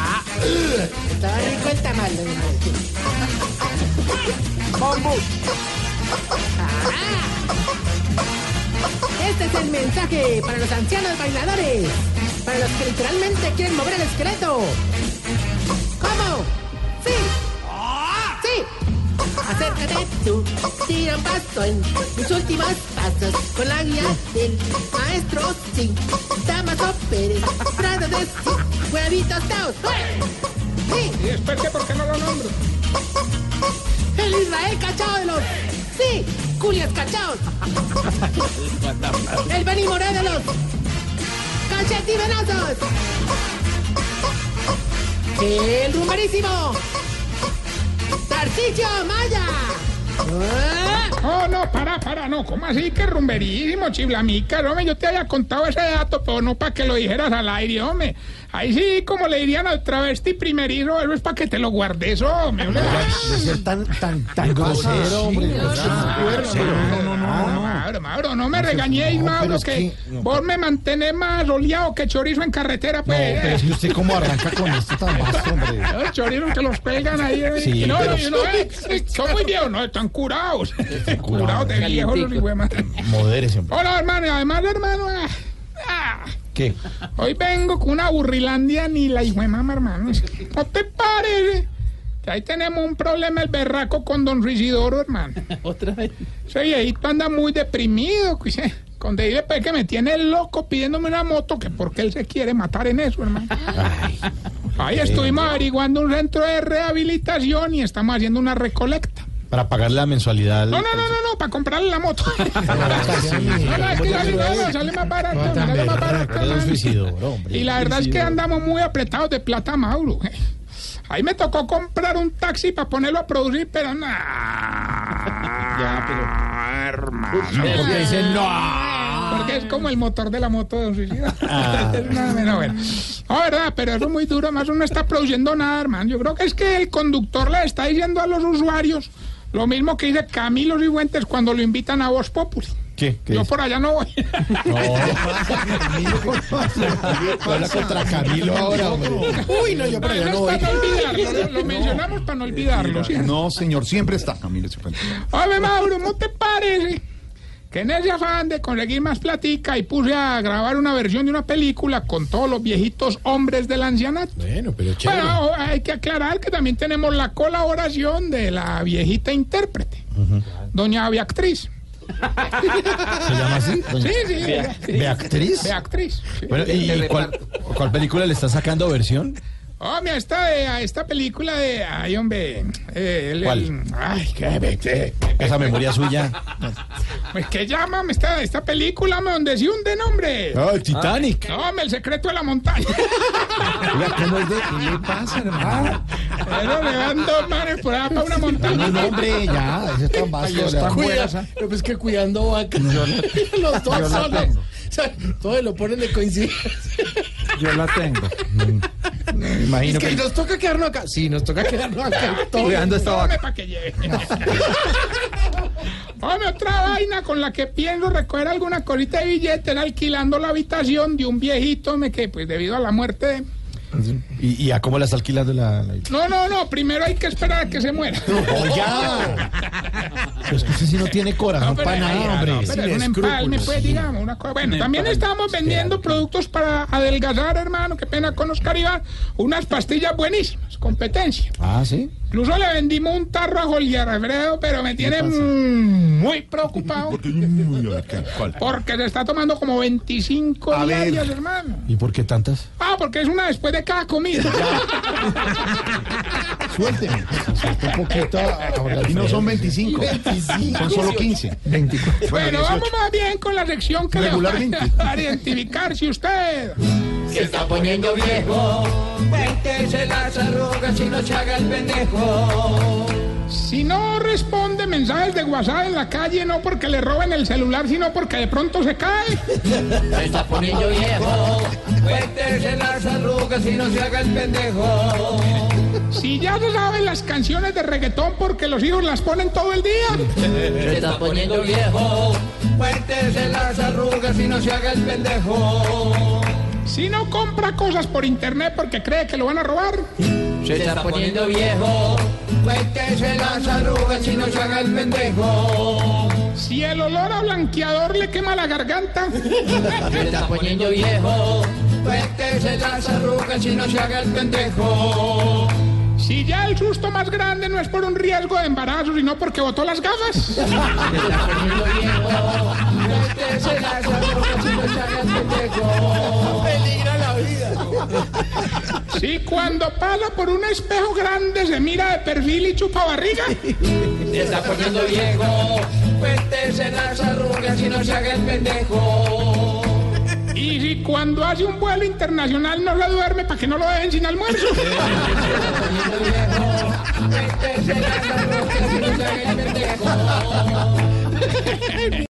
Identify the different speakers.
Speaker 1: Está rico el tamal. don Jorge. Este es el mensaje para los ancianos bailadores, para los que literalmente quieren mover el esqueleto. ¿Cómo? Sí. Sí. Acércate tú, tira un paso en mis últimos pasos con la guía del maestro sí. Damaso Pérez, Prado de sí, huevitos taos. Sí.
Speaker 2: ¿Y después qué? ¿Por qué no lo nombro?
Speaker 1: El Israel cachao de los. Sí, Julias cachaos. El Benny Moré de los. Cachetivenazos. El rumbarísimo. Tarcicio Maya. Ah,
Speaker 2: No, no, para, para, no. ¿Cómo así? Que rumberísimo, chiblamica. Hombre, yo te había contado ese dato, pero no para que lo dijeras al aire, hombre. Ahí sí, como le dirían al travesti primerizo, eso es para que te lo guardes, hombre. Una-
Speaker 3: tan, tan, tan grosero, hombre. Pues,
Speaker 2: no, no, no. Mauro, Mauro, Ah. no me regañéis, Mauro,
Speaker 3: es
Speaker 2: que,
Speaker 3: que- no,
Speaker 2: vos me mantenés más oleado que chorizo en carretera, pues.
Speaker 3: Pero es que usted cómo arranca con esto tan vasto, hombre.
Speaker 2: Los chorizos que los pegan ahí. eh.
Speaker 3: Sí,
Speaker 2: no,
Speaker 3: pero-
Speaker 2: no, no, eh, son muy viejos, no, están curados. curados de viejos los hijuemadres.
Speaker 3: Modérese, hombre.
Speaker 2: Hola, hermano, y además, hermano. ah, ah,
Speaker 3: ¿Qué?
Speaker 2: hoy vengo con una burrilandia ni la hijuemama, hermano. No te pares. Que ahí tenemos un problema el berraco con don Ruisidoro, hermano.
Speaker 4: Otra vez.
Speaker 2: Ese viejito anda muy deprimido, pues, eh, Con decirle pues, que me tiene loco pidiéndome una moto, que porque él se quiere matar en eso, hermano. Ahí estuvimos averiguando un centro de rehabilitación y estamos haciendo una recolecta.
Speaker 3: Para pagar la mensualidad.
Speaker 2: No, no, no, no, no, para comprarle la moto. No, no, es que sale, no, sale más barato, sale más barato,
Speaker 3: Era
Speaker 2: hermano.
Speaker 3: suicidio, hombre.
Speaker 2: Y la verdad es que andamos muy apretados de plata, Mauro. eh. Ahí me tocó comprar un taxi para ponerlo a producir, pero no. hermano.
Speaker 3: Porque dice, no.
Speaker 2: Porque es como el motor de la moto de un suicida. Es nada menos bueno. No, verdad, pero eso es muy duro. Más uno está produciendo nada, hermano. Yo creo que es que el conductor le está diciendo a los usuarios lo mismo que dice Camilo Cifuentes cuando lo invitan a Voz Populi.
Speaker 3: ¿Qué? ¿Qué
Speaker 2: Yo
Speaker 3: dice?
Speaker 2: por allá no voy.
Speaker 3: Habla contra Camilo ahora, hombre.
Speaker 2: Uy, no, yo
Speaker 3: por allá no
Speaker 2: para no olvidarlo. Lo, lo mencionamos para no olvidarlo. ¿sí?
Speaker 3: No, señor, siempre está Camilo Cifuentes.
Speaker 2: Oye, Mauro, ¿no te parece que en ese afán de conseguir más platica y puse a grabar una versión de una película con todos los viejitos hombres del ancianato?
Speaker 3: Bueno, pero chévere.
Speaker 2: Bueno, o- hay que aclarar que también tenemos la colaboración de la viejita intérprete, doña Beatriz.
Speaker 3: ¿Se llama así?
Speaker 2: Sí,
Speaker 3: Doña-
Speaker 2: sí, Bea-
Speaker 3: Beatriz.
Speaker 2: Beatriz. sí.
Speaker 3: Bueno, ¿y y cuál, cuál película le está sacando versión?
Speaker 2: Oh, mira, esta, de- a esta película de... Ay, hombre. eh, el-
Speaker 3: ¿Cuál?
Speaker 2: el- ay, qué...
Speaker 3: Esa memoria suya.
Speaker 2: Pues, ¿Qué llama esta, esta película hombre, donde se hunde, hombre?
Speaker 3: Oh, el Titanic.
Speaker 2: No, hombre, el secreto de la montaña.
Speaker 3: ¿Qué le pasa, hermano?
Speaker 2: Pero le dan dos manes por allá para una montaña.
Speaker 3: No, no, hombre, ya, eso es tan vasto. la-
Speaker 4: Cuida, pues es que cuidando vacas. los dos solos. O sea, todos lo ponen de coincidencia. Mm.
Speaker 3: Yo la tengo. Me imagino
Speaker 4: Que nos toca quedarnos acá. Sí, nos toca quedarnos acá. Todos.
Speaker 3: esta
Speaker 2: Hombre, para que lleve. Hombre, otra vaina con la que pienso recoger alguna colita de billete era alquilando la habitación de un viejito me que, pues, debido a la muerte de...
Speaker 3: ¿Y, y a cómo las alquilas de la.? la-
Speaker 2: No, no, no, primero hay que esperar a que se muera.
Speaker 3: ¡Oiga! Pero es que usted sí no tiene corazón para
Speaker 2: eh,
Speaker 3: nada, hombre.
Speaker 2: no, pero es un empalme, pues, digamos, una cosa. Bueno, también estamos vendiendo productos para adelgazar, hermano, qué pena con Oscar Iván, unas pastillas buenísimas, competencia.
Speaker 3: Ah, sí.
Speaker 2: Incluso le vendimos un tarro a Jorge Alfredo, pero me tiene mm, muy preocupado porque se está tomando como 25
Speaker 3: A ver.
Speaker 2: diarias, hermano.
Speaker 3: ¿Y por qué tantas?
Speaker 2: Ah, porque es una después de cada comida.
Speaker 3: suélteme. Un poquito. ah, Y no son 25. Son solo 15. 24.
Speaker 2: Bueno, vamos más bien con la sección que le va
Speaker 3: Regularmente.
Speaker 2: a identificar si usted.
Speaker 4: Se está poniendo viejo. Cuéntese las arrugas y no se haga el pendejo.
Speaker 2: Si no responde mensajes de WhatsApp en la calle, no porque le roben el celular, sino porque de pronto se cae.
Speaker 4: Se está poniendo viejo. Cuéntese las arrugas y no se haga el pendejo.
Speaker 2: Si ya se saben las canciones de reggaetón porque los hijos las ponen todo el día.
Speaker 4: Se está poniendo viejo. Cuéntese las arrugas y no se haga el pendejo.
Speaker 2: Si no compra cosas por internet porque cree que lo van a robar.
Speaker 4: Se está poniendo viejo. Cuéntese las arrugas y no se haga el pendejo.
Speaker 2: Si el olor a blanqueador le quema la garganta.
Speaker 4: Se está poniendo viejo. Cuéntese las arrugas y no se haga el pendejo.
Speaker 2: Si ya el susto más grande no es por un riesgo de embarazo, sino porque botó las gafas.
Speaker 4: Cuéntese las arrugas y no se haga el pendejo. Peligra la vida.
Speaker 2: Si cuando pasa por un espejo grande se mira de perfil y chupa barriga.
Speaker 4: Se está poniendo viejo. Cuéntese las arrugas y no se haga el pendejo.
Speaker 2: Y si cuando hace un vuelo internacional no se duerme para que no lo dejen sin almuerzo.
Speaker 4: Cuéntese las arrugas y no se haga el pendejo.